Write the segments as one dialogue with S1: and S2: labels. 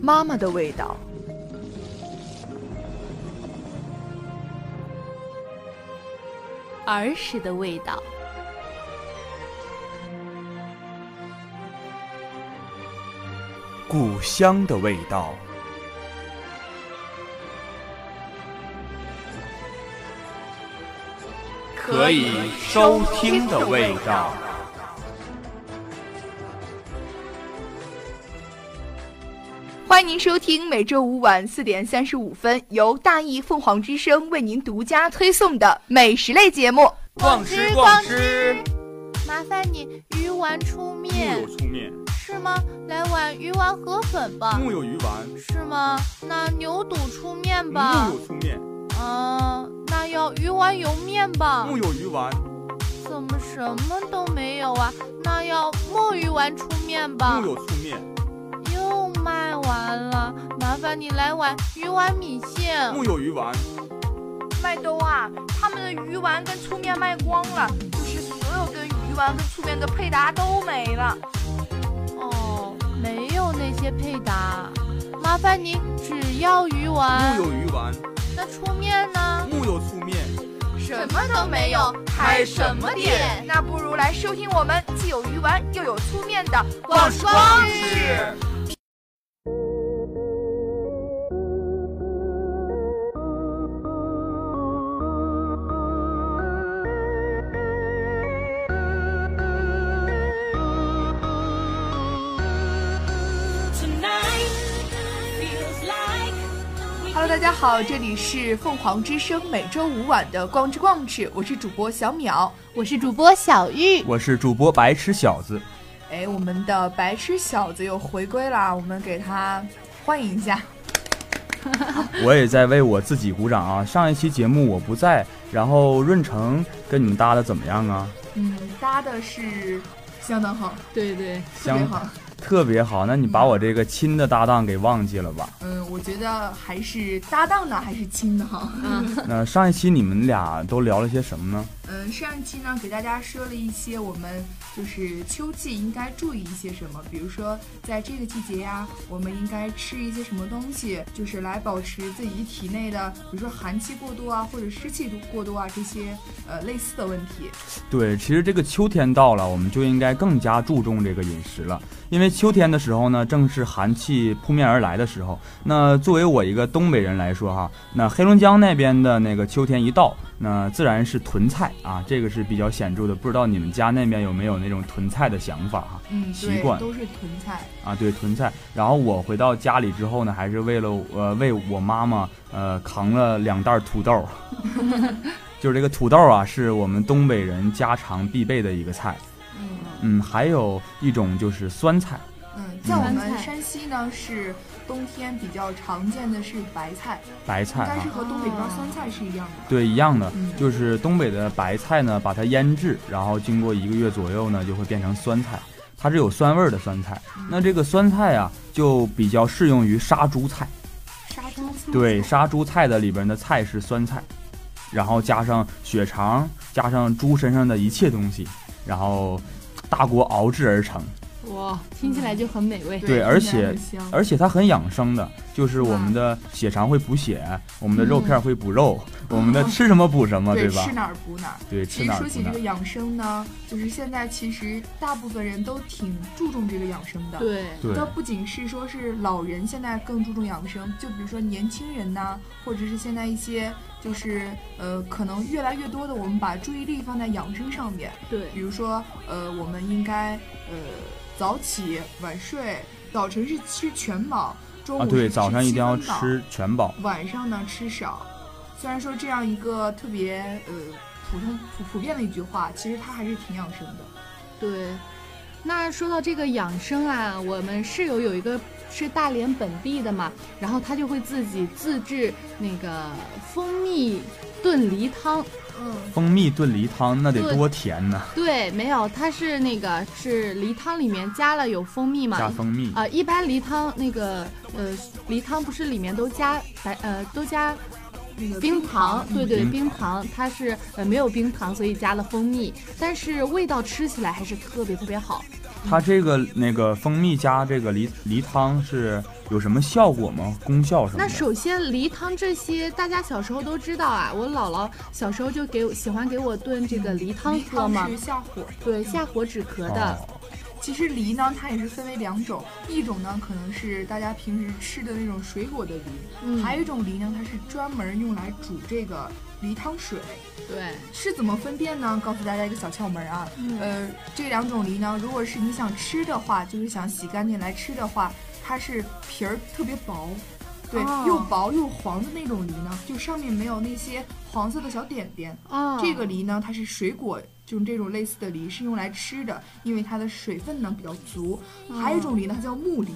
S1: 妈妈的味道。
S2: 儿时的味道。
S3: 故乡的味道，
S4: 可以收听的味道。
S1: 欢迎您收听每周五晚四点三十五分由大义凤凰之声为您独家推送的美食类节目。
S4: 逛吃逛吃，
S5: 麻烦你鱼丸出面，
S4: 嗯木有粗面，
S5: 是吗？来碗鱼丸河粉吧，
S4: 木有鱼丸，
S5: 是吗？那牛肚出面吧
S4: 木，有粗面，
S5: 嗯、那要鱼丸油面吧
S4: 木，有鱼丸，
S5: 怎么什么都没有啊？那要木鱼丸出面吧
S4: 木，有粗面，
S5: 又卖完了，麻烦你来碗鱼丸米线，
S4: 木有鱼丸，
S6: 麦兜啊，他们的鱼丸跟粗面卖光了，就是所有跟鱼丸跟粗面的配搭都没了。
S5: 哦，没有那些配搭，麻烦您只要鱼丸
S4: 木，有鱼丸，
S5: 那出面呢？
S4: 木有粗面，
S6: 什
S5: 什么都没有，
S6: 开
S5: 开什么店？
S6: 那不如来收听我们既有鱼丸又有粗面的
S5: 逛吃逛
S6: 吃。
S1: Hello，大家好，这里是凤凰之声每周五晚的逛吃逛吃，我是主播小淼。
S2: 我是主播小玉，
S3: 我是主播白痴小子，
S1: 哎，我们的白痴小子又回归啦，我们给他欢迎一下。
S3: 我也在为我自己鼓掌啊！上一期节目我不在，然后润成跟你们搭的怎么样 啊？
S1: 嗯，搭的是相当好，
S2: 对对，
S1: 特别好。
S3: 特别好，那你把我这个亲的搭档给忘记了吧？
S1: 嗯，我觉得还是搭档呢，还是亲的好。
S3: 那上一期你们俩都聊了些什么呢？
S1: 嗯，上一期呢给大家说了一些我们就是秋季应该注意一些什么，比如说在这个季节呀、我们应该吃一些什么东西，就是来保持自己体内的，比如说寒气过多啊，或者湿气过多啊这些呃类似的问题。
S3: 对，其实这个秋天到了，我们就应该更加注重这个饮食了，因为秋天的时候呢，正是寒气扑面而来的时候。那作为我一个东北人来说哈，那黑龙江那边的那个秋天一到，那自然是囤菜啊，这个是比较显著的。不知道你们家那边有没有那种囤菜的想法哈？
S1: 嗯，
S3: 习
S1: 对
S3: 惯，
S1: 都是囤菜。嗯
S3: 啊，对，囤菜。然后我回到家里之后呢，还是为了呃为我妈妈呃扛了两袋儿土豆 儿，就是这个土豆儿啊，是我们东北人家常必备的一个菜。
S1: 嗯
S3: 嗯，还有一种就是酸菜，
S1: 嗯，在我
S2: 川
S1: 们
S2: 菜
S1: 山西呢是冬天比较常见的是白菜，
S3: 白
S1: 应
S3: 菜
S1: 该
S3: 啊
S1: 是，和东北这边酸菜是一样的。
S3: 对，一样的，
S1: 嗯
S3: 就是东北的白菜呢，把它腌制，然后经过一个月左右呢，就会变成酸菜，它是有酸味儿的酸菜。
S1: 嗯
S3: 那这个酸菜啊，就比较适用于杀猪菜。
S1: 杀猪菜。
S3: 对，杀猪菜的里边的菜是酸菜，然后加上血肠，加上猪身上的一切东西，然后大锅熬制而成。
S1: 嗯
S2: 哇，听起来就很美味。
S3: 对而
S1: 听起来
S3: 且
S1: 很香
S3: 而且它很养生的，就是
S1: 嗯
S3: 我们的血肠会补血，我们的肉片会补肉，我们的吃什么补什么，
S1: 哦对，
S3: 对吧
S1: 吃？哪儿补哪儿。
S3: 对，吃
S1: 其实
S3: 哪儿
S1: 说
S3: 补
S1: 起
S3: 哪
S1: 这
S3: 儿
S1: 个。养生呢，就是现在其实大部分人都挺注重这个养生的。
S2: 对，
S3: 对
S1: 那不仅是说是老人现在更注重养生，就比如说年轻人呐、或者是现在一些就是呃，可能越来越多的我们把注意力放在养生上面，
S2: 对
S1: 比如说呃，我们应该呃早起晚睡，早晨是吃全饱，中午
S3: 啊，
S1: 是
S3: 对，
S1: 吃
S3: 早上一定要
S1: 七分饱
S3: 吃全饱。
S1: 晚上呢吃少。虽然说这样一个特别呃普通普普遍的一句话，其实它还是挺养生的。
S2: 对。那说到这个养生啊，我们室友有一个是大连本地的嘛，然后他就会自己自制那个蜂蜜炖梨汤。
S1: 嗯，
S3: 蜂蜜炖梨汤那得
S2: 对
S3: 多甜呐，
S2: 对，没有，它是那个是梨汤里面加了有蜂蜜嘛，
S3: 加蜂蜜
S2: 啊、一般梨汤那个呃，梨汤不是里面都加白呃都加
S1: 那个
S2: 冰糖，对对，
S3: 嗯
S2: 冰糖，它是呃没有冰糖，所以加了蜂蜜，但是味道吃起来还是特别特别好。
S3: 它这个那个蜂蜜加这个梨梨汤是有什么效果吗？功效什么
S2: 那
S3: 的？
S2: 首先梨汤这些大家小时候都知道啊，我姥姥小时候就给我喜欢给我炖这个梨汤
S1: 梨
S2: 喝嘛
S1: 汤，嗯是下火的。
S2: 对，下火止咳的。
S3: 哦，
S1: 其实梨呢，它也是分为两种，一种呢可能是大家平时吃的那种水果的梨，
S2: 嗯
S1: 还有一种梨呢，它是专门用来煮这个梨汤水。
S2: 对，
S1: 是怎么分辨呢？告诉大家一个小窍门啊，呃，这两种梨呢，如果是你想吃的话，就是想洗干净来吃的话，它是皮儿特别薄，对，
S2: 哦
S1: 又薄又黄的那种梨呢，就上面没有那些黄色的小点点。
S2: 哦，
S1: 这个梨呢，它是水果，就是这种类似的梨是用来吃的，因为它的水分呢比较足。还有一种梨呢，它叫木梨。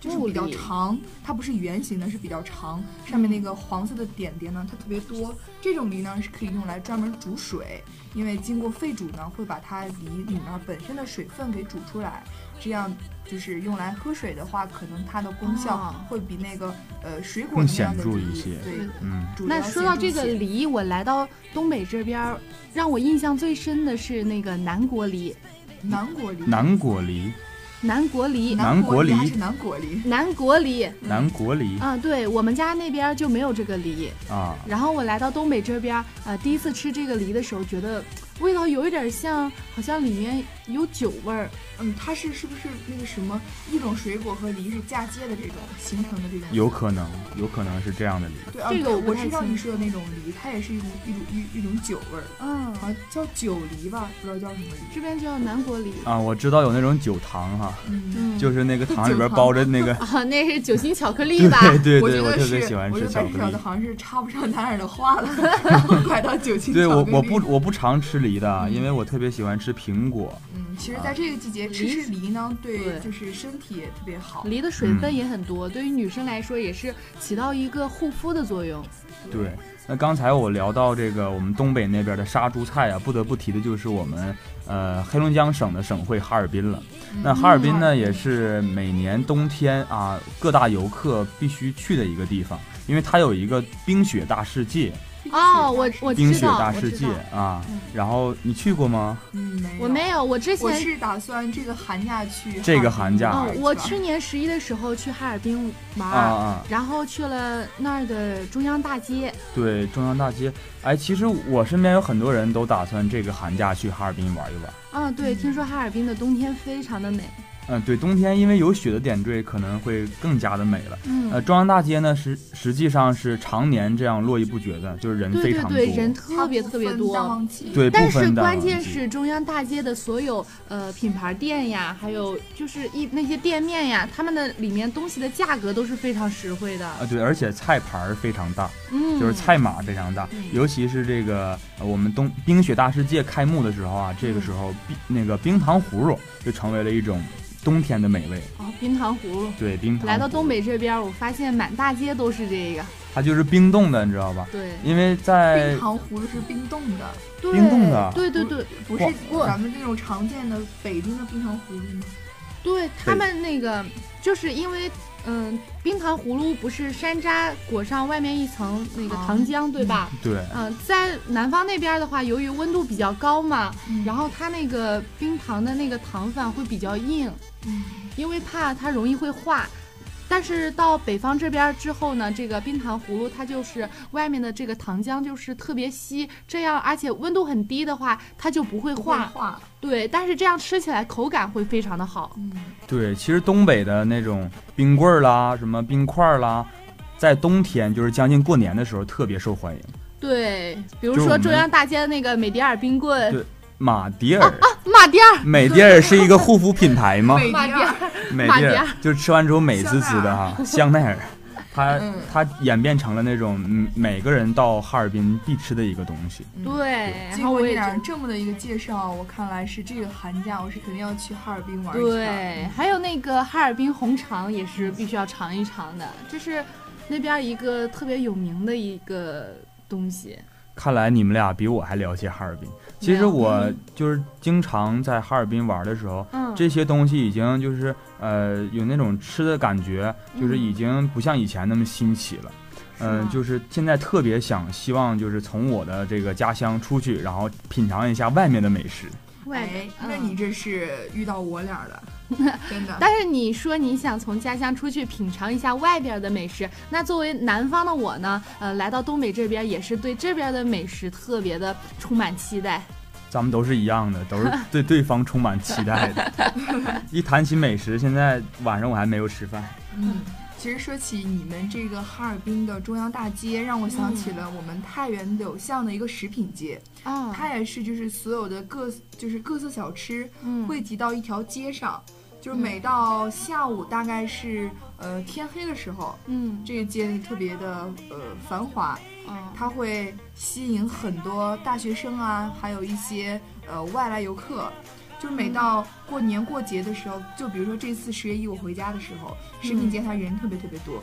S1: 就是
S2: 哦木
S1: 比较
S2: 梨
S1: 长，它不是圆形的，是比较长，上面那个黄色的点点呢，它特别多。这种梨呢是可以用来专门煮水，因为经过沸煮呢，会把它梨里面本身的水分给煮出来，这样就是用来喝水的话，可能它的功效
S2: 哦
S1: 会比那个呃水果
S3: 更
S1: 那样的
S3: 显著
S1: 梨
S3: 一些
S1: 对，
S3: 嗯，
S1: 煮得
S2: 那
S1: 要
S2: 说
S1: 显
S2: 到
S1: 著
S2: 这
S1: 一
S2: 个
S1: 些
S2: 梨，我来到东北这边儿，让我印象最深的是那个南国梨，
S1: 南果梨，
S3: 南果梨，
S2: 南国梨，
S3: 南
S1: 果
S3: 国
S1: 还
S3: 梨
S1: 是南果梨。
S2: 南国梨。
S1: 嗯
S3: 南国梨
S2: 啊，对我们家那边儿就没有这个梨。
S3: 啊，
S2: 然后我来到东北这边儿，呃，第一次吃这个梨的时候，觉得味道有一点像，好像里面有酒味儿。
S1: 嗯，它是是不是那个什么一种水果和梨是嫁接的这种形成的这种？
S3: 有可能，有可能是这样的梨。
S1: 对啊，
S2: 这个
S1: 对
S2: 我不
S1: 我
S2: 太
S1: 知道
S2: 清
S1: 你说的那种梨，它也是一种一种一一种酒味儿，
S2: 嗯，
S1: 好像叫酒梨吧，不知道叫什么梨。
S2: 这边叫南国梨。
S3: 啊，我知道有那种酒糖哈，
S1: 嗯，
S2: 嗯，
S3: 就是那个糖里边包 着那个，
S2: 啊，那是酒心巧克力
S3: 对
S2: 吧？
S3: 对
S1: 我
S3: 对，
S1: 觉
S3: 我
S1: 得
S3: 特别
S1: 是
S3: 喜欢
S1: 我觉
S3: 吃
S1: 得
S3: 巧
S1: 白
S3: 克
S1: 石桥
S3: 力
S1: 的。好像是插不上咱俩的话了， 然后拐到酒精
S3: 对
S1: 巧
S3: 我
S1: 克
S3: 我
S1: 力
S3: 不我不常吃梨的，因为我特别喜欢吃苹果。
S1: 嗯，其实
S3: 啊
S1: 在这个季节吃吃梨呢，对
S2: 对
S1: 就是身体也特别好。
S2: 梨的水分
S3: 嗯
S2: 也很多，对于女生来说也是起到一个护肤的作用。
S3: 对，那刚才我聊到这个我们东北那边的杀猪菜啊，不得不提的就是我们呃黑龙江省的省会哈尔滨了。
S1: 嗯
S3: 那
S2: 哦
S3: 哈尔滨
S2: 嗯
S3: 呢，也是每年冬天啊各大游客必须去的一个地方，因为它有一个冰雪大世界，
S2: 哦，我我
S3: 冰
S2: 知
S3: 雪
S2: 道，
S3: 大
S2: 我
S3: 世
S2: 知
S3: 界
S2: 道，嗯
S3: 啊。然后你去过吗？
S1: 嗯，没
S2: 我没
S1: 有，
S2: 有，我之
S1: 我
S2: 前
S1: 是打算这个寒假去。
S3: 这个寒假
S2: 哦
S3: 啊，
S2: 我去年十一的时候去哈尔滨玩
S3: 啊
S2: 儿，
S3: 啊，
S2: 然后去了那儿的中央大街。
S3: 对，中央大街。哎，其实我身边有很多人都打算这个寒假去哈尔滨玩一玩。
S2: 啊，对，听说哈尔滨的冬天非常的美。
S3: 嗯，对，冬天因为有雪的点缀，可能会更加的美了。呃，
S2: 嗯，
S3: 中央大街呢，实实际上是常年这样络绎不绝的，就是人
S2: 对
S3: 嗯非
S2: 对
S3: 常多，
S2: 对，人
S1: 它
S2: 特别
S1: 不
S2: 特别
S1: 分淡
S2: 多。
S1: 旺季
S3: 对
S2: 但
S3: 不
S2: 是
S3: 分嗯的。
S2: 关键是中央大街的所有呃品牌店呀，还有就是一那些店面呀，他们的里面东西的价格都是非常实惠
S3: 啊，
S2: 的。
S3: 对，而且菜牌儿非常大，
S2: 嗯，
S3: 就是菜码非常大，
S2: 嗯
S3: 尤其是这个呃我们冬冰雪大世界开幕的时候啊，
S2: 嗯
S3: 这个时候冰那个冰糖葫芦就成为了一种冬天的美味。
S2: 哦，冰糖葫芦。
S3: 对，冰糖
S2: 来到东
S3: 葫芦，
S2: 北这边儿，我发现满大街都是这个。
S3: 它就是冰冻的，你知道吧？
S2: 对，
S3: 因为在
S1: 冰糖葫芦是冰冻的，
S2: 对
S3: 冰冻的啊嗯
S2: 对对对
S1: 不是咱们这种常见的北京的冰糖葫芦吗？
S2: 对，他们那个就是因为。嗯，冰糖葫芦不是山楂裹上外面一层那个
S1: 糖
S2: 糖浆，对吧？
S3: 对
S2: 嗯、在南方那边的话，由于温度比较高嘛，
S1: 嗯
S2: 然后它那个冰糖的那个糖粉会比较硬，
S1: 嗯，
S2: 因为怕它容易会化。但是到北方这边之后呢，这个冰糖葫芦它就是外面的这个糖浆就是特别稀，这样而且温度很低的话，它就不会
S1: 不会
S2: 化。
S1: 化，
S2: 对，但是这样吃起来口感会非常的好。
S1: 嗯，
S3: 对，其实东北的那种冰棍儿啦，什么冰块儿啦，在冬天就是将近过年的时候特别受欢迎。
S2: 对，比
S3: 就
S2: 如
S3: 是我
S2: 说
S3: 们
S2: 中央大街的那个美迪尔冰棍、
S3: 对马迭尔，
S2: 马迭 尔，
S3: 美迭尔是一个护肤品牌吗？
S1: 美
S2: 马
S1: 第
S2: 迭
S1: 二
S2: 尔，
S3: 美
S2: 马
S3: 迪
S2: 迭
S3: 尔
S2: 尔
S3: 就是吃完之后美滋滋的哈，香奈儿，它
S1: 嗯
S3: 它演变成了那种嗯每个人到哈尔滨必吃的一个东西。
S2: 对，然
S1: 经
S2: 后
S1: 过
S2: 我
S1: 这
S2: 也觉
S1: 样
S2: 得
S1: 这么的一个介绍，我看来是这个寒假我是肯定要去哈尔滨玩一圈。哎
S2: 对，，还有那个哈尔滨红肠也是必须要尝一尝的，这是那边一个特别有名的一个东西。
S3: 看来你们俩比我还了解哈尔滨。其
S2: 没
S3: 实
S2: 有
S3: 我就是经常在哈尔滨玩的时候，
S2: 嗯，
S3: 这些东西已经就是呃有那种吃的感觉，就是已经不像以前那么新奇了。嗯、
S2: 嗯吗
S3: 就是现在特别想希望就是从我的这个家乡出去，然后品尝一下外面的美食。
S2: 外
S1: 哎
S2: 地，
S1: 那
S2: 嗯
S1: 你这是遇到我脸儿 了，真的。
S2: 但是你说你想从家乡出去品尝一下外边的美食，那作为南方的我呢，呃，来到东北这边也是对这边的美食特别的充满期待。
S3: 咱们都是一样的， 都是对对方充满期待的。 一谈起美食，现在晚上我还没有吃饭。
S1: 嗯，其实说起你们这个哈尔滨的中央大街，让我想起
S2: 嗯
S1: 了我们太原柳巷的一个食品街，
S2: 啊、
S1: 它也是就是所有的各就是各色小吃
S2: 嗯，
S1: 汇集到一条街上，就是
S2: 嗯
S1: 每到下午大概是呃天黑的时候，
S2: 嗯，
S1: 这个街特别的呃繁华，
S2: 啊、
S1: 它会吸引很多大学生啊，还有一些呃外来游客。就是
S2: 嗯
S1: 每到过年过节的时候，就比如说这次十月一我回家的时候，食
S2: 嗯
S1: 品街它人特别特别多。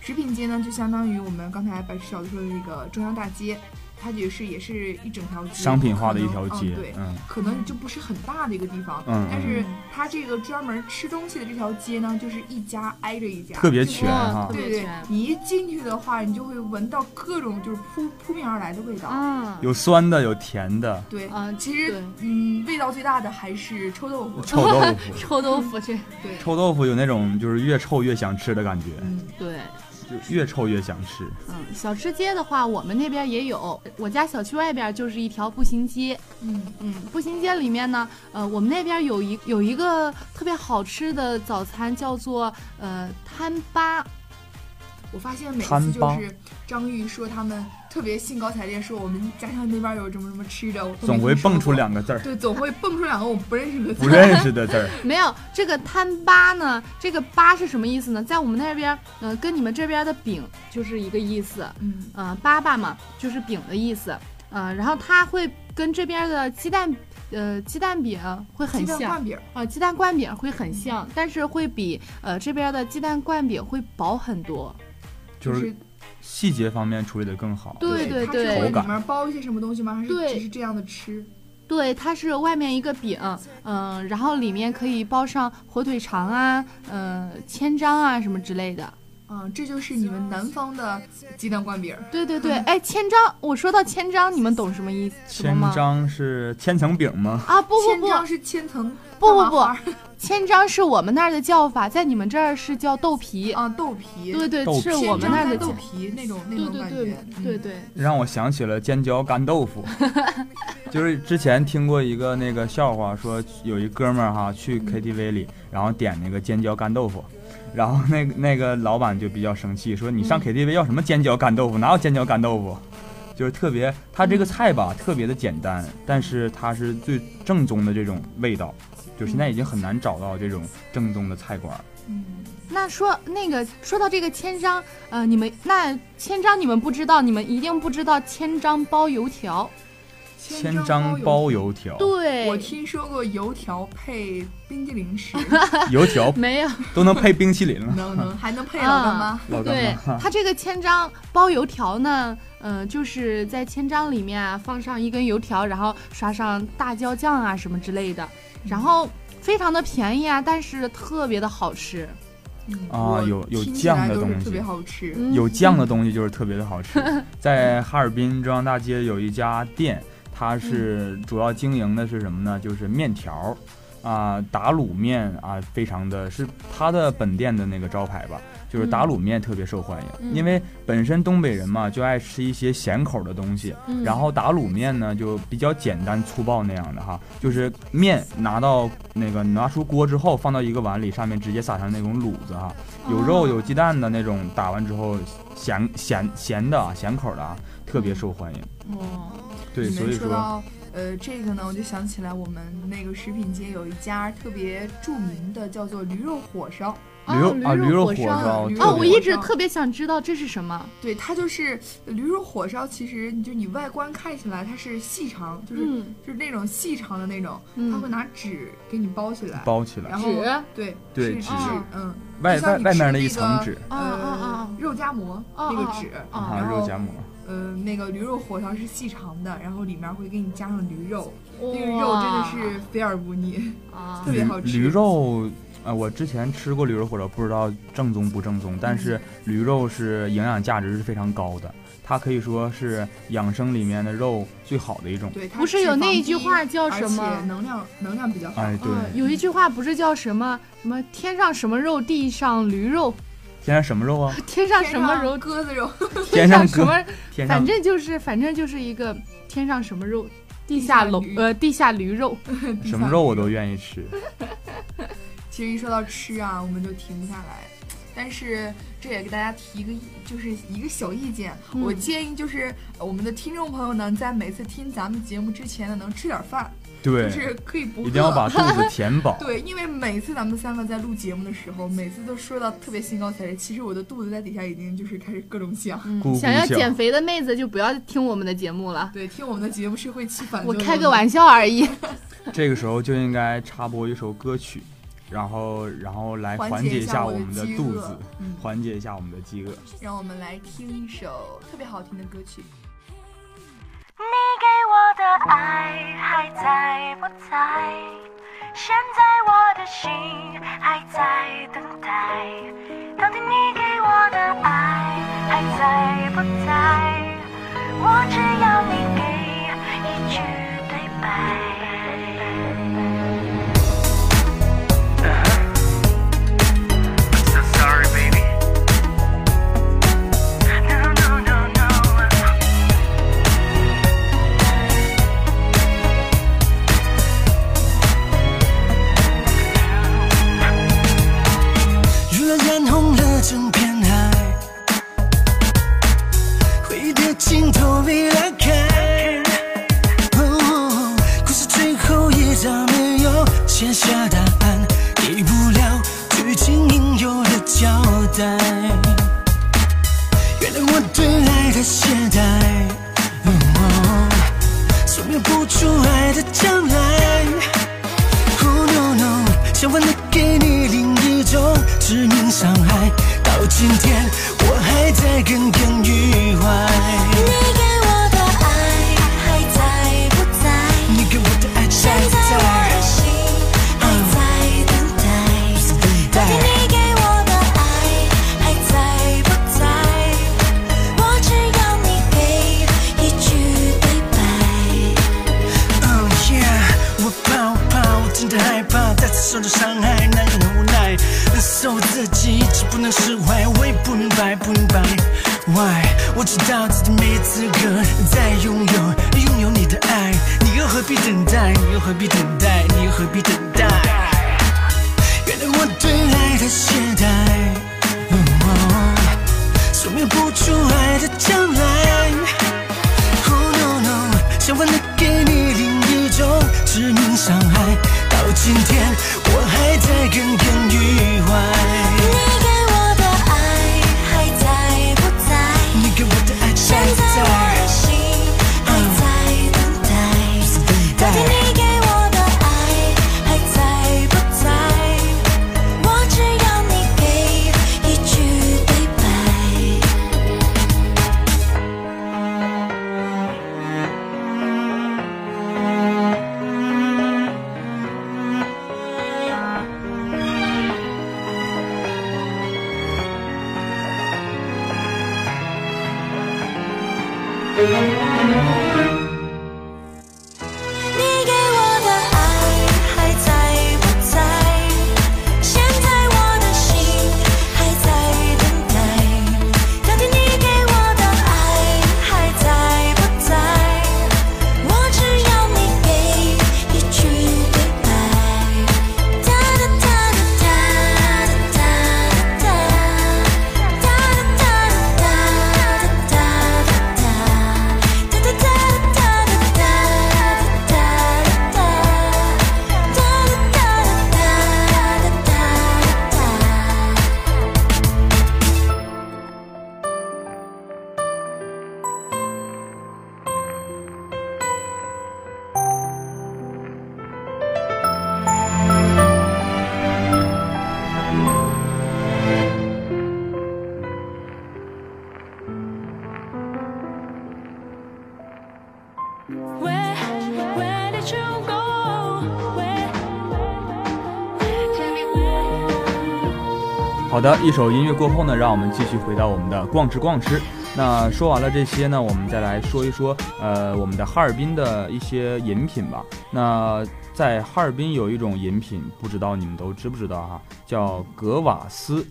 S1: 食品街呢，就相当于我们刚才白石小说的那个中央大街，它也是也是一整条街
S3: 商品化的一条
S1: 可能
S3: 街
S2: 哦
S1: 嗯，对，
S3: 嗯，
S1: 可能就不是很大的一个地方，
S3: 嗯
S1: 但是它这个专门吃东西的这条街呢，就是一家挨着一家，
S3: 特别
S1: 就是
S3: 全哈
S2: 特别
S1: 对对
S2: 全，
S1: 你一进去的话，你就会闻到各种就是扑扑面而来的味道。
S2: 啊，
S3: 有酸的，有甜的，
S1: 对，
S2: 啊
S1: 其实
S2: 对。
S1: 嗯，味道最大的还是 臭豆腐。
S3: 臭豆腐
S2: 臭豆腐这
S1: 对，
S3: 臭豆腐有那种就是越臭越想吃的感觉，
S1: 嗯，
S2: 对。
S3: 就越臭越想吃。
S2: 嗯，小吃街的话，我们那边也有。我家小区外边就是一条步行街。
S1: 嗯
S2: 嗯，步行街里面呢，呃，我们那边有一有一个特别好吃的早餐，叫做呃摊吧。
S1: 我发现每次
S3: 摊
S1: 就
S3: 帮
S1: 是张玉说他们特别兴高采烈说我们家乡那边有什么什么吃的，我都没
S3: 总会
S1: 听说
S3: 蹦出
S1: 过，
S3: 两 个字儿，
S1: 对，总会蹦出两个我不认识的
S3: 不
S1: 字。
S3: 认识的字儿。
S2: 没有这个摊吧呢，这个吧是什么意思呢？在我们那边，呃，跟你们这边的饼就是一个意思。
S1: 嗯
S2: 呃，粑粑嘛，就是饼的意思。呃，然后它会跟这边的鸡蛋，呃，鸡蛋饼会很
S1: 鸡蛋
S2: 像。
S1: 灌饼儿，
S2: 呃，鸡蛋灌饼会很像，但是会比呃这边的鸡蛋灌饼会薄很多。
S3: 就
S1: 就是
S3: 细节方面处理的更好。
S2: 对
S1: 对
S2: 对
S1: 它是
S2: 对
S1: 会
S3: 口感
S1: 里面包一些什么东西吗？还是
S2: 对
S1: 只是这样的吃？
S2: 对，它是外面一个饼，嗯、然后里面可以包上火腿肠啊，嗯、千张啊什么之类的。
S1: 啊，这就是你们南方的鸡蛋灌饼儿。
S2: 对对
S1: 嗯
S2: 对，哎，千张，我说到千张，你们懂什么意思什么
S3: 千
S2: 吗？
S3: 张是千层饼吗？
S2: 啊，不
S1: 千
S2: 不
S1: 张
S2: 不，
S1: 是千层，
S2: 不
S1: 大麻
S2: 不
S1: 花
S2: 千张是我们那儿的叫法，在你们这儿是叫豆皮。
S1: 啊，豆皮，
S2: 对对
S3: 豆，皮
S2: 是我们那儿的
S1: 豆
S2: 叫。
S1: 皮那种那
S2: 对
S1: 种
S2: 对
S1: 感
S2: 对
S1: 觉，
S2: 对
S1: 嗯，
S2: 对，
S3: 让我想起了尖椒干豆腐。就是之前听过一个那个笑话，说有一哥们儿哈去 KTV 里，然后点那个尖椒干豆腐，然后那个那个老板就比较生气，说你上 KTV 要什么尖椒干豆腐？哪有尖椒干豆腐？就是特别，它这个菜吧特别的简单，但是它是最正宗的这种味道，就现在已经很难找到这种正宗的菜馆儿。
S1: 嗯，
S2: 那说那个说到这个千张，呃，你们那千张你们不知道，你们一定不知道千张包油条。
S3: 千张
S1: 包
S3: 包油条，
S2: 对
S1: 邮，我听说过油条配冰激凌 吃，
S3: 油条
S2: 没有，
S3: 都能配冰淇淋了。
S1: 能能还能配老干
S2: 啊
S1: 妈，
S3: 老干
S2: 对
S3: 妈，
S2: 它这个千张包油条呢，呃，就是在千张里面啊放上一根油条，然后刷上大椒酱啊什么之类的，然后非常的便宜啊，但是特别的好吃。
S1: 嗯
S3: 啊
S1: 我
S3: 有有
S1: 听起
S3: 酱
S1: 来
S3: 的
S1: 都是
S3: 东
S1: 特别
S3: 西
S1: 好吃，
S2: 嗯
S3: 有酱的东西就是特别的好 吃。在哈尔滨中央大街有一家店，
S2: 嗯
S3: 它是主要经营的是什么呢？就是面条儿。啊，打卤面啊，非常的是它的本店的那个招牌吧，就是打卤面特别受欢迎，
S2: 嗯
S3: 因为本身东北人嘛就爱吃一些咸口的东西，
S2: 嗯
S3: 然后打卤面呢就比较简单粗暴那样的哈，就是面拿到那个拿出锅之后放到一个碗里，上面直接撒上那种卤子哈，有肉有鸡蛋的那种，打完之后咸咸咸的啊，咸口的啊，特别受欢迎。
S2: 哦，
S1: 嗯
S3: 对，
S1: 你
S3: 所
S1: 们
S3: 以
S1: 说
S3: 说
S1: 到呃这个呢，我就想起来我们那个食品街有一家特别著名的，叫做驴肉火烧。
S3: 驴肉啊
S2: 哦
S3: 驴
S2: 驴
S3: 肉
S2: 肉
S3: 火
S2: 火烧
S3: 烧
S1: 驴肉
S2: 哦，
S3: 嗯特
S2: 我
S3: 别
S2: 一直特别想知道这是什么。
S1: 对，它就是驴肉火烧。其实你就你外观看起来它是细长，就是、
S2: 嗯
S1: 就是那种细长的那种，
S2: 嗯
S1: 它会拿纸给你包起来，
S3: 包起来
S1: 然，后
S2: 纸
S1: 对
S3: 对
S1: 是
S3: 纸
S2: 哦
S1: 嗯，
S3: 外
S1: 就像
S3: 外
S1: 你
S3: 外
S1: 吃
S3: 面的一
S1: 那
S3: 层
S1: 个
S3: 纸
S2: 哦哦
S1: 呃，肉夹馍
S2: 哦
S1: 那个
S2: 哦
S1: 纸，
S2: 哦
S3: 啊，
S1: 然
S3: 肉
S1: 后
S3: 夹馍，
S1: 呃那个驴肉火烧是细长的，然后里面会给你加上驴肉，
S2: 哦，
S1: 那个肉真的是肥而不腻，
S2: 啊
S1: 特别好
S3: 驴
S1: 吃
S3: 驴肉呃，我之前吃过驴肉火烧，不知道正宗不正宗，但
S1: 嗯
S3: 是驴肉是营养价值是非常高的，它可以说是养生里面的肉最好的一种。
S1: 对，它
S2: 不是有那一句话
S1: 脂肪
S2: 叫
S1: 低
S2: 什
S1: 而且
S2: 么？
S1: 能量能量比较好。
S3: 哎，对，
S2: 嗯，有一句话不是叫什么什么天上什么肉，地上驴肉，
S3: 天上什么肉 啊？
S2: 天上什么
S1: 肉？
S2: 肉，
S1: 鸽子肉，
S3: 天
S2: 上
S3: 上
S2: 什
S3: 鸽，
S2: 么，
S3: 天
S2: 反
S3: 上
S2: 正就是反正就是一个天上什么肉，地下龙
S1: 驴
S2: 呃地下驴肉。
S3: 什么肉我都愿 意吃。
S1: 其实一说到吃啊，我们就停不下来。但是这也给大家提一个意，就是一个小意见，
S2: 嗯
S1: 我建议就是呃我们的听众朋友呢，在每次听咱们节目之前呢，能吃点饭，就
S3: 对，
S1: 是可以不
S3: 一
S1: 饿。。
S3: 定要把肚子填饱
S1: 对，因为每次咱们三个在录节目的时候，每次都说到特别兴高采烈，其实我的肚子在底下已经就是开始各种响。
S2: 嗯
S3: 咕咕
S2: 想要
S3: 叫
S2: 减肥的妹子就不要听我们的节目了，
S1: 对，听我们的节目是会起反作
S2: 我
S1: 用的。
S2: 开个玩笑而 已。
S3: 这个时候就应该插播一首歌曲，然后然后来
S1: 缓
S3: 缓
S1: 解
S3: 解
S1: 一
S3: 一
S1: 下
S3: 下
S1: 我
S3: 我
S1: 的
S3: 们的
S1: 饥
S3: 肚
S1: 饿
S3: 子
S1: 嗯，
S3: 缓解一下我们的饥饿。
S1: 让我们来听一首特别好听的歌曲。
S7: 你给我的爱还在不在？现在我的心还在等待。到底你给我的爱还在不在？我只要你给一句对白。
S8: So sorry, baby.
S7: No no no no。
S8: 雨了染红了整片海，回的镜头被拉开。哦，故事最后一章没有写下答案，给不了剧情应有的交代。原谅我对爱的懈怠，嗯哦，说明不出爱的将来。Oh no no，想完的给你另一种致命伤害，到今天我还在耿耿于怀。
S7: 你给我的爱还在不在？
S8: 你给我的爱
S7: 现
S8: 在
S7: 在
S8: 不
S7: 我的
S8: 在？
S7: 心还在等待，到底你给我的爱还在不在？我只要你给一句对白。
S8: Oh yeah，我怕我怕我真的害怕再次受到伤害，难以无奈，忍受自己一直不能释怀，我也不明白不明白 why，我知道自己没资格再拥有拥有你的爱，你又何必等待？你又何必等待？你又何必等待？原谅我对爱的懈怠，嗯哦说明不出爱的将来。Oh no no，想完了给你另一种致命伤害，到今天我还在耿耿于
S7: 你
S8: 怀。
S7: 给我的爱还在不在？
S8: 你给我的爱
S7: 现
S8: 在不
S7: 在我的
S8: 在？
S7: 心还在等待。到底你给我的爱还在不在？我只要你给一句对白。你给我的爱还在不在？现在我的心还在等待。到底你给我的爱还在不在？我只要你给一句对白。哒哒哒哒哒哒哒哒哒哒哒哒哒哒哒。到
S3: 好的，一首音乐过后呢，让我们继续回到我们的逛吃逛吃。那说完了这些呢，我们再来说一说，呃，我们的哈尔滨的一些饮品吧。那在哈尔滨有一种饮品，不知道你们都知不知道哈、叫格瓦斯。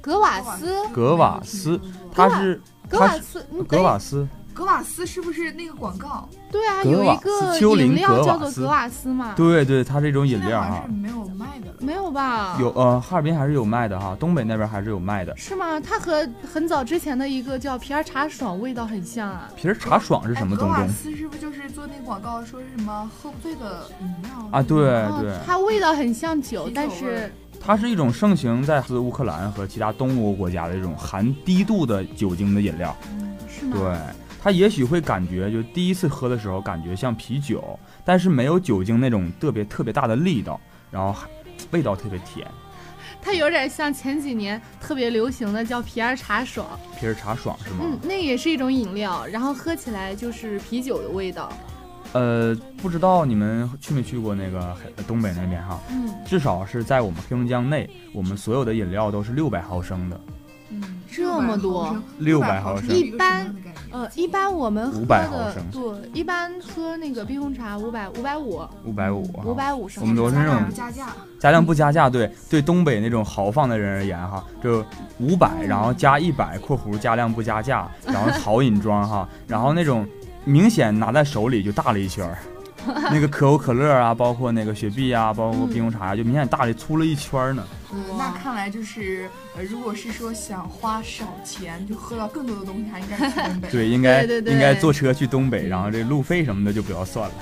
S2: 格瓦斯，
S3: 格瓦斯，它是
S2: 格瓦斯，嗯
S3: 格瓦斯，
S1: 格瓦斯是不是那个广告？
S2: 对啊，
S3: 格
S2: 有
S3: 瓦
S2: 一
S3: 斯
S2: 个
S3: 丘
S2: 饮
S3: 陵格
S2: 料
S3: 瓦
S2: 叫做
S3: 斯
S2: 格瓦斯
S5: 哎
S2: 嘛？
S3: 对对，它是一种饮
S1: 现在
S3: 料
S1: 好像
S3: 哈
S1: 是。没有卖的了。
S2: 没有吧？
S3: 有呃，哈尔滨还是有卖的哈，东北那边还是有卖的。
S2: 是吗？它和很早之前的一个叫皮儿茶爽味道很像啊。
S3: 皮儿茶爽是
S1: 哎
S3: 什么
S1: 格
S3: 东
S1: 瓦
S3: 东
S1: 斯是不是就是做那广告，说是什么喝不醉的饮料
S3: 啊？对
S2: 哦
S3: 对，
S2: 它味道很像酒，
S1: 啤酒
S2: 但
S1: 味
S2: 是
S1: 儿
S3: 它是一种盛行在自乌克兰和其他东欧国家的这种含低度的酒精的饮料。
S2: 是吗？
S3: 对，它也许会感觉，就第一次喝的时候感觉像啤酒，但是没有酒精那种特别特别大的力道，然后还味道特别甜，
S2: 它有点像前几年特别流行的叫皮儿茶爽，
S3: 皮儿茶爽是吗？
S2: 嗯，那也是一种饮料，然后喝起来就是啤酒的味道。
S3: 呃，不知道你们去没去过那个黑东北那边哈？
S2: 嗯，
S3: 至少是在我们黑龙江内，我们所有的饮料都是六百毫升的，
S1: 嗯，
S2: 这么多
S1: 六
S3: 600
S1: 毫
S3: 毫
S1: 升
S3: 升
S1: 是一
S2: 一
S1: 个什么
S2: 般
S1: 样的概念，
S2: 呃，一般我们喝
S3: 500毫
S2: 的
S3: 升哦
S2: 对，一般喝那个冰红茶五百五百五
S3: 五百五，
S2: 五百五升，
S3: 我们都是那种
S1: 不加价，
S3: 加量不加价，对对，东北那种豪放的人而言哈，就五百，然后加一百（括弧加量不加价），然后好饮装哈，然后那种明显拿在手里就大了一圈儿，那个可口可乐啊，包括那个雪碧啊，包括冰红茶啊，就明显大了粗了一圈儿呢。
S1: 嗯那看来就是，呃，如果是说想花少钱就喝到更多的东西，还应该去 东北。
S3: 对，应该
S2: 对对对
S3: 应该坐车去东北，然后这路费什么的就不要算了，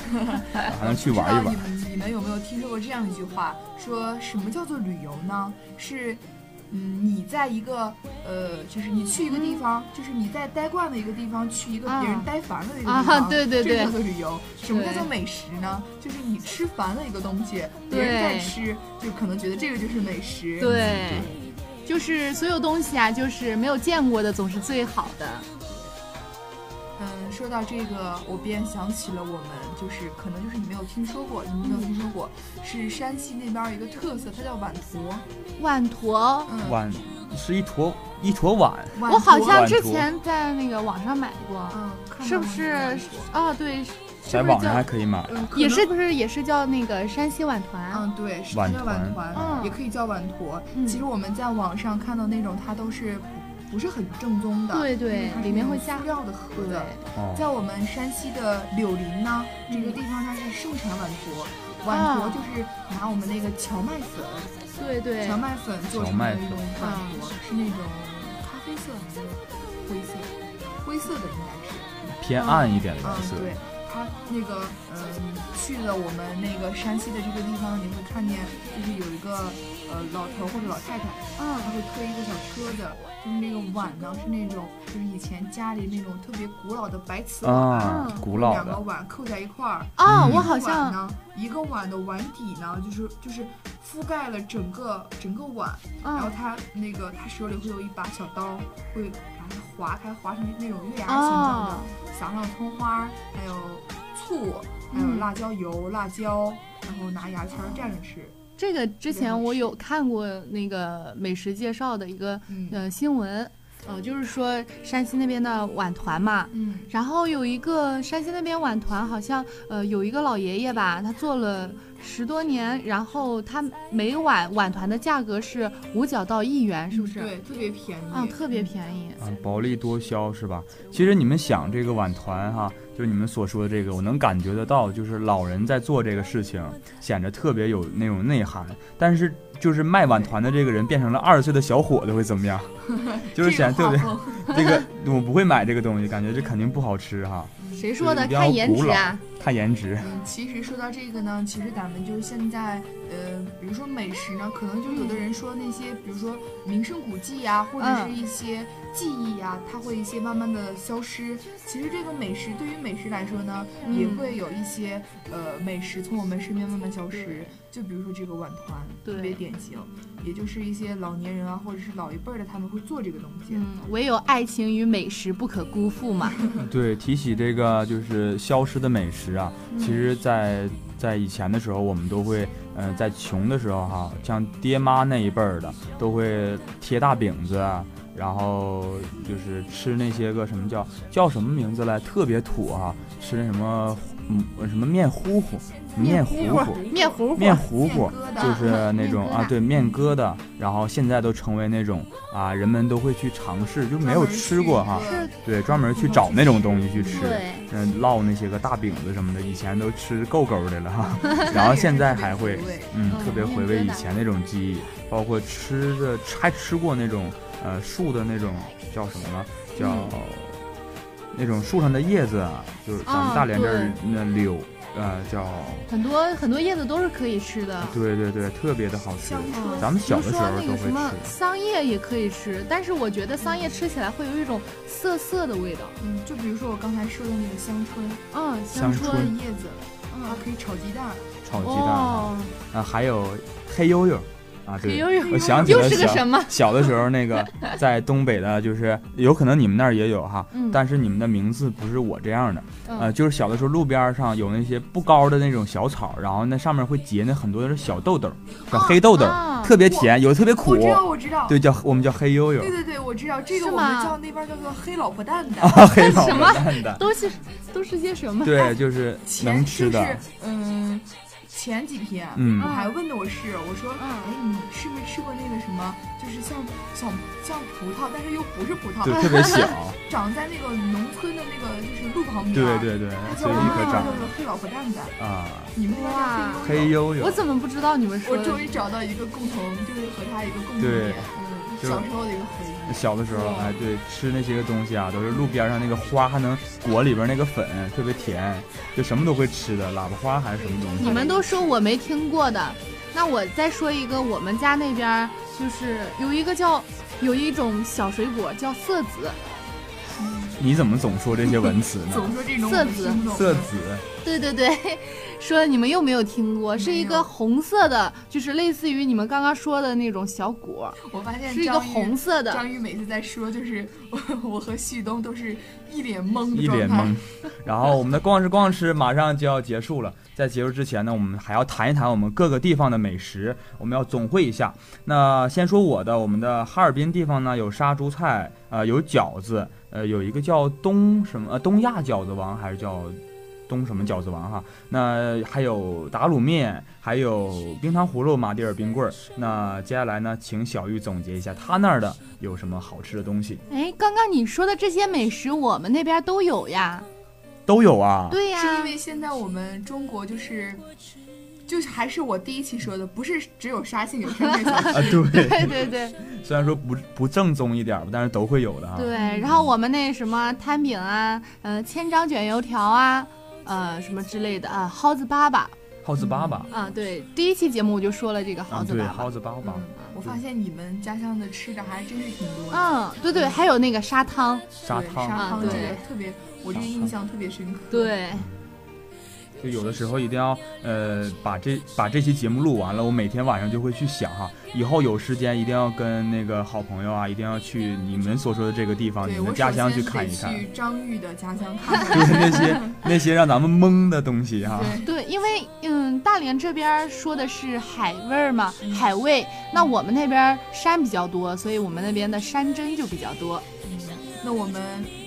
S3: 还能去
S1: 不知
S3: 玩
S1: 道
S3: 一玩
S1: 你。们你们有没有听说过这样一句话？说什么叫做旅游呢？是，嗯，你在一个呃，就是你去一个地方，就是你在待惯的一个地方，去一个别人
S2: 啊
S1: 待烦了的一个
S2: 啊
S1: 地方，
S2: 对对
S1: 这
S2: 对
S1: 叫做旅游。什么叫
S2: 对
S1: 做美食呢？就是你吃烦了一个东西，别人在
S2: 对
S1: 吃，就可能觉得这个就是美食。
S2: 对，就是所有东西啊，就是没有见过的总是最好的。
S1: 嗯，说到这个，我便想起了我们就是可能就是你没有听说过，你们没有听说过，是山西那边儿一个特色，它叫碗坨。
S2: 碗坨，
S1: 嗯，
S3: 碗是一坨一坨碗，
S1: 碗
S2: 我好
S1: 坨
S2: 像
S3: 碗
S2: 之
S3: 坨
S2: 前在那个网上买过，
S1: 嗯，看到
S2: 是不
S1: 过
S2: 是
S1: 碗坨？
S2: 啊，对，是
S3: 在
S2: 是不
S3: 网
S2: 是
S3: 上还
S2: 叫？
S3: 可以买。
S1: 嗯，可
S2: 也
S1: 能
S2: 是不是也是叫那个山西碗团？啊
S1: 嗯，对，是它
S3: 碗
S1: 叫碗团，
S3: 团
S2: 嗯
S1: 也可以叫碗坨。
S2: 嗯
S1: 其实我们在网上看到那种，它都是不是很正宗的，
S2: 对
S1: 因为
S2: 对
S1: 啊嗯它，是
S2: 里
S1: 那
S2: 面
S1: 种
S2: 会加
S1: 塑。料的盒
S2: 对
S1: 子。，
S3: 哦
S1: 在我们山西的柳林呢，这个
S2: 嗯
S1: 地方它是盛产碗坨，碗坨
S2: 啊
S1: 就是拿我们那个荞麦粉，
S2: 对对嗯
S1: 荞，麦粉做
S3: 荞
S1: 成的
S3: 麦
S1: 一
S3: 粉
S1: 种饭坨，是那种咖啡色还是灰色？灰色的应该是。
S3: 偏暗一点的颜
S1: 嗯，
S3: 色。
S1: 对，它那个嗯，去了我们那个山西的这个地方，你会看见就是有一个呃老头或者老太太，
S2: 嗯
S1: 他会推一个小车子，就是那个碗呢是那种就是以前家里那种特别古老的白瓷碗。
S3: 啊
S2: 嗯，
S3: 古老
S1: 两个
S3: 的，
S1: 碗扣在一块儿，
S2: 啊，
S3: 嗯
S2: 我好
S1: 一个碗
S2: 像，
S1: 呢，一个碗的碗底呢，就是就是覆盖了整个整个碗，然后
S2: 嗯，
S1: 他那个他手里会有一把小刀，会把它划开，划成那种月牙形状的
S2: 啊，，
S1: 撒上葱花，还有醋，还有
S2: 嗯
S1: 辣椒油、辣椒，然后拿牙签儿蘸着吃。
S2: 这个之前我有看过那个美食介绍的一个
S1: 嗯
S2: 呃新闻，呃，就是说山西那边的碗团嘛，
S1: 嗯，
S2: 然后有一个山西那边碗团，好像呃有一个老爷爷吧，他做了十多年，然后他每碗碗团的价格是五角到一元，是不是？
S1: 嗯对，特别便宜
S2: 啊，特别便宜。
S3: 啊，薄利多销是吧？其实你们想这个碗团哈，就是你们所说的这个，我能感觉得到，就是老人在做这个事情，显着特别有那种内涵。但是就是卖碗团的这个人变成了二十岁的小伙子会怎么样？ 就是显得特别这个我不会买这个东西，感觉这肯定不好吃哈。
S2: 谁说的？
S3: 一定要
S2: 看颜
S3: 古
S2: 值
S3: 老
S2: 啊！
S3: 看颜值，
S1: 嗯，其实说到这个呢，其实咱们就是现在，呃，比如说美食呢，可能就有的人说那些，比如说名胜古迹呀、或者
S2: 嗯
S1: 是一些记忆呀、它会一些慢慢的消失。其实这个美食对于美食来说呢，也
S2: 嗯
S1: 会有一些呃美食从我们身边慢慢消失。就比如说这个碗团，特
S2: 对
S1: 别典型。也就是一些老年人啊，或者是老一辈儿的，他们会做这个东西。
S2: 嗯，唯有爱情与美食不可辜负嘛。
S3: 对，提起这个就是消失的美食啊，其实在，在以前的时候，我们都会，嗯、在穷的时候哈、像爹妈那一辈儿的，都会贴大饼子啊，然后就是吃那些个什么叫叫什么名字来，特别土哈、吃那什么嗯什么面糊糊，面糊糊。
S2: 面糊糊
S3: 面糊糊
S1: 面疙瘩
S3: 就是那种
S2: 面疙瘩
S3: 啊，对面疙瘩，然后现在都成为那种啊，人们都会去尝试，就没有吃过哈，
S1: 专门去
S3: 对，专门去找那种东西去吃，
S2: 对，
S3: 嗯，烙那些个大饼子什么的，以前都吃够够的了哈，
S1: 一个
S3: 然后现在还会
S1: 特别回味
S3: 嗯
S2: 嗯
S3: 特别回味
S2: 面疙
S3: 以
S2: 瘩
S3: 前那种记忆，包括吃的吃还吃过那种呃树的那种叫什么呢？叫、那种树上的叶子啊，就是咱
S2: 啊
S3: 们大连这儿那柳，呃叫
S2: 很多很多叶子都是可以吃的。嗯
S3: 对对对，特别的好吃。
S1: 香椿
S3: 咱们
S2: 比
S3: 小
S2: 如
S3: 的时
S2: 说
S3: 候
S2: 那
S3: 都
S2: 个
S3: 会
S2: 什么
S3: 吃，
S2: 桑叶也可以吃，但是我觉得桑叶吃起来会有一种涩涩的味道。
S1: 嗯，就比如说我刚才说的那个香椿，
S2: 嗯，
S3: 香
S1: 说的
S3: 椿
S1: 叶子，
S2: 嗯
S1: 啊，可以炒鸡蛋，
S3: 炒鸡蛋啊，
S2: 哦，
S3: 啊还有黑黝黝啊，对，
S2: 又又
S3: 我想起
S2: 又
S3: 了
S2: 是个
S3: 小
S2: 什么？
S3: 小的时候，那 个在东北的，就是有可能你们那儿也有哈，
S2: 嗯
S3: 但是你们的名字不是我这样的，
S2: 嗯
S3: 呃，就是小的时候路边儿上有那些不高的那种小草，然后那上面会结那很多的小豆豆，小黑豆豆，
S2: 啊
S3: 特别甜，有的特别苦
S1: 我，知道，我知道。
S3: 对，叫我们叫黑悠悠
S1: 对，对对我知道这个，
S2: 是
S1: 我
S2: 吗
S1: 们叫那边叫做黑老婆蛋的。
S3: 啊， 黑老
S2: 什
S3: 婆
S2: 么
S3: 蛋的，
S2: 都是都是些什么？
S3: 对，就是能
S1: 前
S3: 吃
S1: 就
S3: 的，
S1: 是嗯，前几天，
S3: 嗯
S1: 我
S2: 啊
S1: 还问的我室友，我说，
S2: 嗯
S1: 哎，你吃没吃过那个什么，就是像像像葡萄，但是又不是葡萄
S3: 就，特别 小，
S2: 啊
S1: 长在那个农村的那个就是路旁边，
S3: 对，对对
S1: 它，叫
S3: 随地可
S1: 叫
S3: 长
S1: 做黑老婆蛋蛋，
S3: 啊，
S1: 你们那边叫黑
S3: 黑
S1: 悠悠。
S3: 悠悠
S2: 我。怎么不知道你们说
S1: 我
S2: 的？
S1: 终于找到一个共同，就是和他一个共同
S3: 对
S1: 点，嗯，
S3: 就是
S1: 小时候的一个回忆。
S3: 小的时候，哎，对，吃那些个东西啊，都是路边上那个花，还能裹里边那个粉，特别甜，就什么都会吃的，喇叭花还是什么东西。
S2: 你们都说我没听过的，那我再说一个，我们家那边儿就是有一个叫有一种小水果叫色子，
S3: 你怎么总说这些文词呢？
S1: 总说这种
S2: 色
S1: 我们
S2: 子
S1: 听不懂
S3: 色
S1: 的
S3: 子，
S2: 对对对， 说你们又没有听过，是一个红色的，就是类似于你们刚刚说的那种小果，
S1: 我发现
S2: 是一个
S1: 章鱼
S2: 红色的。
S1: 张宇每次在说，就是我我和旭东都是一脸懵的
S3: 一
S1: 状态，
S3: 脸懵。然后我们的逛吃逛吃马上就要结束了，在结束之前呢，我们还要谈一谈我们各个地方的美食，我们要总汇一下。那先说我的，我们的哈尔滨地方呢有杀猪菜，呃，有饺子，呃，有一个叫东什么呃东亚饺子王还是叫东什么饺子王哈，那还有打卤面，还有冰糖葫芦、马迭尔冰棍儿。那接下来呢，请小玉总结一下他那儿的有什么好吃的东西。
S2: 哎，刚刚你说的这些美食，我们那边都有呀。
S3: 都有啊，
S2: 对呀、
S1: 是因为现在我们中国就是。就是还是我第一期说的，不是只有沙县有山面小吃，
S3: 啊对，
S2: 对对对
S3: 虽然说不不正宗一点儿吧，但是都会有的啊。
S2: 对，然后我们那什么摊饼啊，呃，千张卷油条啊，呃，什么之类的啊，蒿子粑粑，
S3: 耗子粑粑
S1: 嗯
S2: 啊，对，第一期节目我就说了这个
S3: 啊，
S2: 蒿子
S3: 对，
S2: 粑粑。
S3: 耗子粑粑、
S1: 我发现你们家乡的吃的还真是挺多的，
S2: 嗯，对对，还有那个砂汤，
S3: 砂
S1: 对
S3: 汤，
S1: 砂
S2: 啊
S1: 汤这
S2: 对
S1: 个特别，我这个印象特别深刻。，
S2: 对，
S3: 就有的时候一定要呃把这把这期节目录完了，我每天晚上就会去想哈，以后有时间一定要跟那个好朋友啊，一定要去你们所说的这个地啊方，你
S1: 对
S3: 们
S1: 我
S3: 家
S1: 首
S3: 乡
S1: 先
S3: 去
S1: 得
S3: 看一看，
S1: 去张玉的家乡看看。
S3: 就是那些那些让咱们懵的东西哈。
S1: 对，
S2: 对，因为嗯，大连这边儿说的是海味儿嘛，海味，那我们那边儿山比较多，所以我们那边的山珍就比较多，
S1: 那我们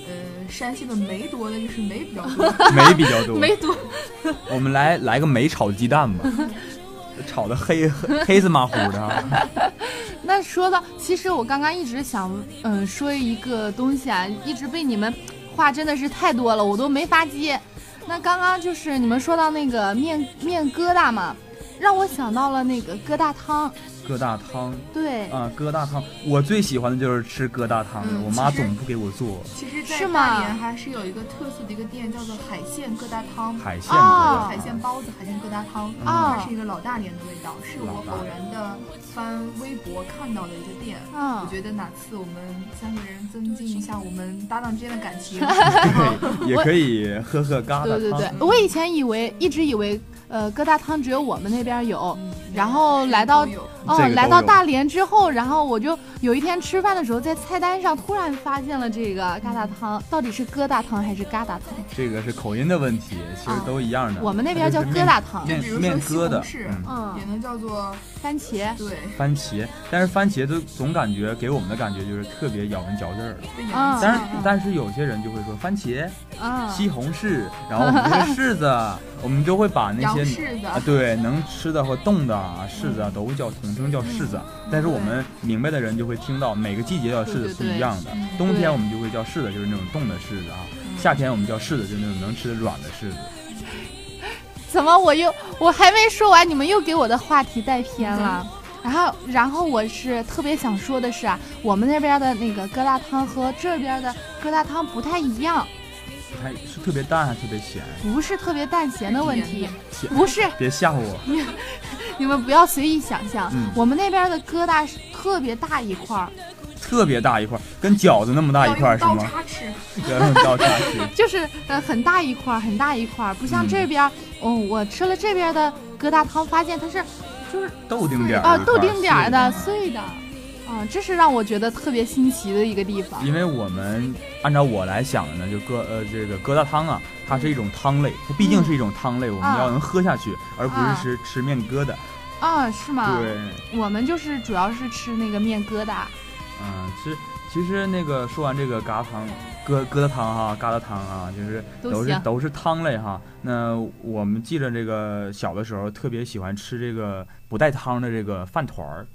S1: 呃山西的梅多的就是梅比较 多，
S3: 梅比 较多，
S2: 没多，
S3: 我们来来个梅炒鸡蛋吧，炒的黑黑黑芝麻糊的啊，
S2: 那说到，其实我刚刚一直想，嗯，说一个东西啊，一直被你们话真的是太多了，我都没法接。那刚刚就是你们说到那个面面疙瘩嘛，让我想到了那个疙瘩汤，
S3: 疙瘩汤
S2: 对，
S3: 啊，疙瘩汤，我最喜欢的就是吃疙瘩汤了，
S1: 嗯
S3: 我妈
S1: 其实
S3: 总不给我
S2: 哦
S3: 做
S1: 其实，在
S2: 是吗
S1: 大连还是有一个特色的一个店，叫做海鲜疙瘩汤。
S3: 海鲜疙
S2: 啊
S3: 瘩，
S1: 海鲜包子、海鲜疙瘩汤，
S2: 啊
S1: 它是一个老大连的味道，是我
S3: 老大
S1: 偶然的翻微博看到的一个店。我
S2: 嗯，
S1: 觉得哪次我们三个人增进一下我们搭档之间的 感情，然后
S3: 也可以喝喝疙瘩汤。
S2: 对对对，我以前以为一直以为呃，疙瘩汤只有我们那边有。
S1: 嗯
S2: 然后来到
S1: 都有
S2: 哦
S3: 这个，都
S2: 来到
S3: 有
S2: 大连之后，然后我就有一天吃饭的时候，在菜单上突然发现了这个疙瘩汤，到底是疙瘩汤还是疙瘩汤？
S3: 这个是口音的问题，其实都一样的。
S2: 哦我们那边叫
S3: 它就是
S2: 疙瘩汤，
S3: 面
S1: 就比如说
S3: 面
S1: 西
S3: 疙瘩
S1: 红，柿
S3: 嗯
S2: 嗯
S1: 也，能叫做
S2: 番茄，
S1: 对
S3: 番茄，但是番茄都总感觉给我们的感觉就是特别咬人嚼劲儿。
S1: 被
S2: 嗯
S1: 洋
S3: 但
S1: 气
S3: 是但是有些人就会说番茄、
S2: 啊，
S3: 西红柿，然后我们这个柿子，啊我们就会把那
S1: 洋
S3: 些
S1: 柿
S3: 啊
S1: 子，
S3: 对能吃的和冻的啊柿子啊都会叫统称叫柿子，啊
S2: 嗯
S3: 但是我们明白的人就会听到每个季节叫柿子
S2: 对对
S3: 是
S2: 对嗯
S3: 一样的，冬天我们就会叫柿子就是那种冻的柿子啊，夏天我们叫柿子就是那种能吃的软的柿子。
S2: 怎么我又我还没说完，你们又给我的话题带偏
S3: 嗯
S2: 了。然后，然后我是特别想说的是啊，我们那边的那个疙瘩汤和这边的疙瘩汤不太一样，
S3: 不太是特别淡还是特别咸？
S2: 不是特别淡咸的问题，
S3: 甜
S2: 不是
S3: 别吓唬我。
S2: 你们不要随意想象，
S3: 嗯
S2: 我们那边的疙瘩是特别大一块儿，
S3: 特别大一块儿，跟饺子那么大一块儿是
S1: 刀
S3: 吗？
S1: 叉吃，
S3: 要用刀叉吃。
S2: 就是呃很大一块儿，很大一块儿，不像
S3: 嗯
S2: 这边儿，哦，我吃了这边的疙瘩汤，发现它是就是
S3: 豆丁点儿
S2: 啊
S3: 一块
S2: 豆丁点儿的
S3: 碎
S2: 碎的，啊，这是让我觉得特别新奇的一个地方。
S3: 因为我们按照我来想的呢，就疙呃这个疙瘩汤啊，它是一种汤类，它毕竟是一种汤类，我们
S2: 啊
S3: 要能喝下去，而不
S2: 啊
S3: 是吃吃面疙瘩。
S2: 啊，是吗？
S3: 对，
S2: 我们就是主要是吃那个面疙瘩，
S3: 嗯，吃。其实那个说完这个疙瘩汤，疙疙瘩汤哈，疙瘩汤啊，就是
S2: 都
S3: 都是
S2: 行
S3: 都是汤类哈。那我们记着这个小的时候特别喜欢吃这个不带汤的这个饭团儿，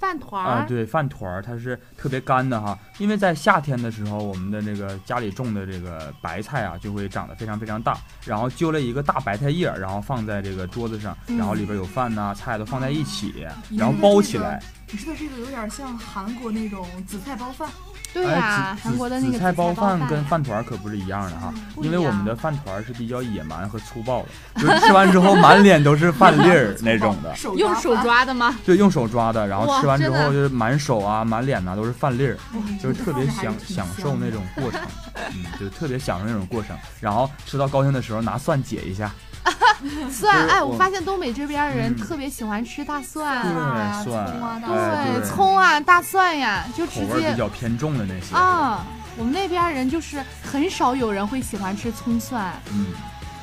S2: 饭团
S3: 啊，
S2: 儿、
S3: 对，饭团儿它是特别干的哈，因为在夏天的时候，我们的这个家里种的这个白菜啊，就会长得非常非常大，然后揪了一个大白菜叶儿，然后放在这个桌子上，然后里
S2: 嗯
S3: 边有饭呐、菜都放在一起，然后包起来，
S1: 你说的这个有点像韩国那种紫菜包饭，
S2: 对
S3: 哎，
S2: 呀、
S3: 紫
S2: 韩国的那
S3: 紫
S2: 个
S3: 紫
S2: 菜
S3: 菜
S2: 包嗯
S3: 包饭跟饭团儿可不是一样的哈，
S2: 不一
S3: 因为我们
S2: 样
S3: 的饭团儿是比较野蛮和粗暴的，就是吃完之后满脸都是饭粒 儿那种的，
S1: 手
S2: 用手
S1: 抓
S2: 抓的 吗？
S3: 就用手抓的，然后
S2: 哇
S3: 吃完之
S2: 真的
S3: 后就是满手啊、满脸呐、都是饭粒儿。
S1: 饭，
S3: 就是特 别享享受那种过程，嗯， 就是特别享受那种过程，然后吃到高兴的时候拿蒜解一下，
S2: 蒜，
S3: 就是
S2: 哎，
S3: 我
S2: 我发现东北这边儿人
S3: 嗯
S2: 特别喜欢吃大蒜，
S3: 对
S1: 啊
S3: 蒜
S1: 葱啊，大啊
S3: 哎
S2: 对，
S3: 对
S2: 葱啊、大蒜呀，就
S3: 口
S2: 直
S3: 味儿比
S2: 接
S3: 较偏重的那些，
S2: 啊。我们那边儿人就是很少有人会喜欢吃葱蒜，
S3: 嗯，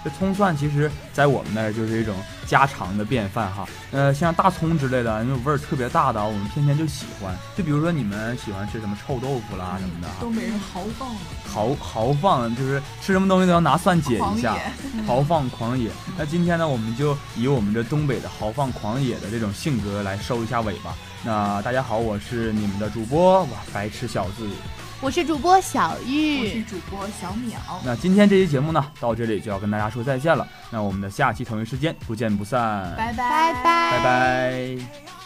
S3: 这葱蒜其实在我们那儿就是一种家常的便饭哈，呃，像大葱之类的那种味儿特别大的，我们偏偏就喜欢，就比如说你们喜欢吃什么臭豆腐啦什么的哈，
S1: 东北人啊豪放，
S3: 豪豪放就是吃什么东西都要拿蒜解
S1: 狂
S3: 一
S1: 野
S3: 下，豪放狂野。那今天呢，我们就以我们这东北的豪放狂野的这种性格来收一下尾巴。那大家好，我是你们的主播哇白痴小子。
S2: 我是主播小
S1: 我是
S2: 玉，
S1: 主播小淼，
S3: 那今天这期节目呢，到这里就要跟大家说再见了。那我们的下期同一时间不见不散，
S1: 拜拜
S2: 拜
S1: 拜
S2: 拜
S3: 拜拜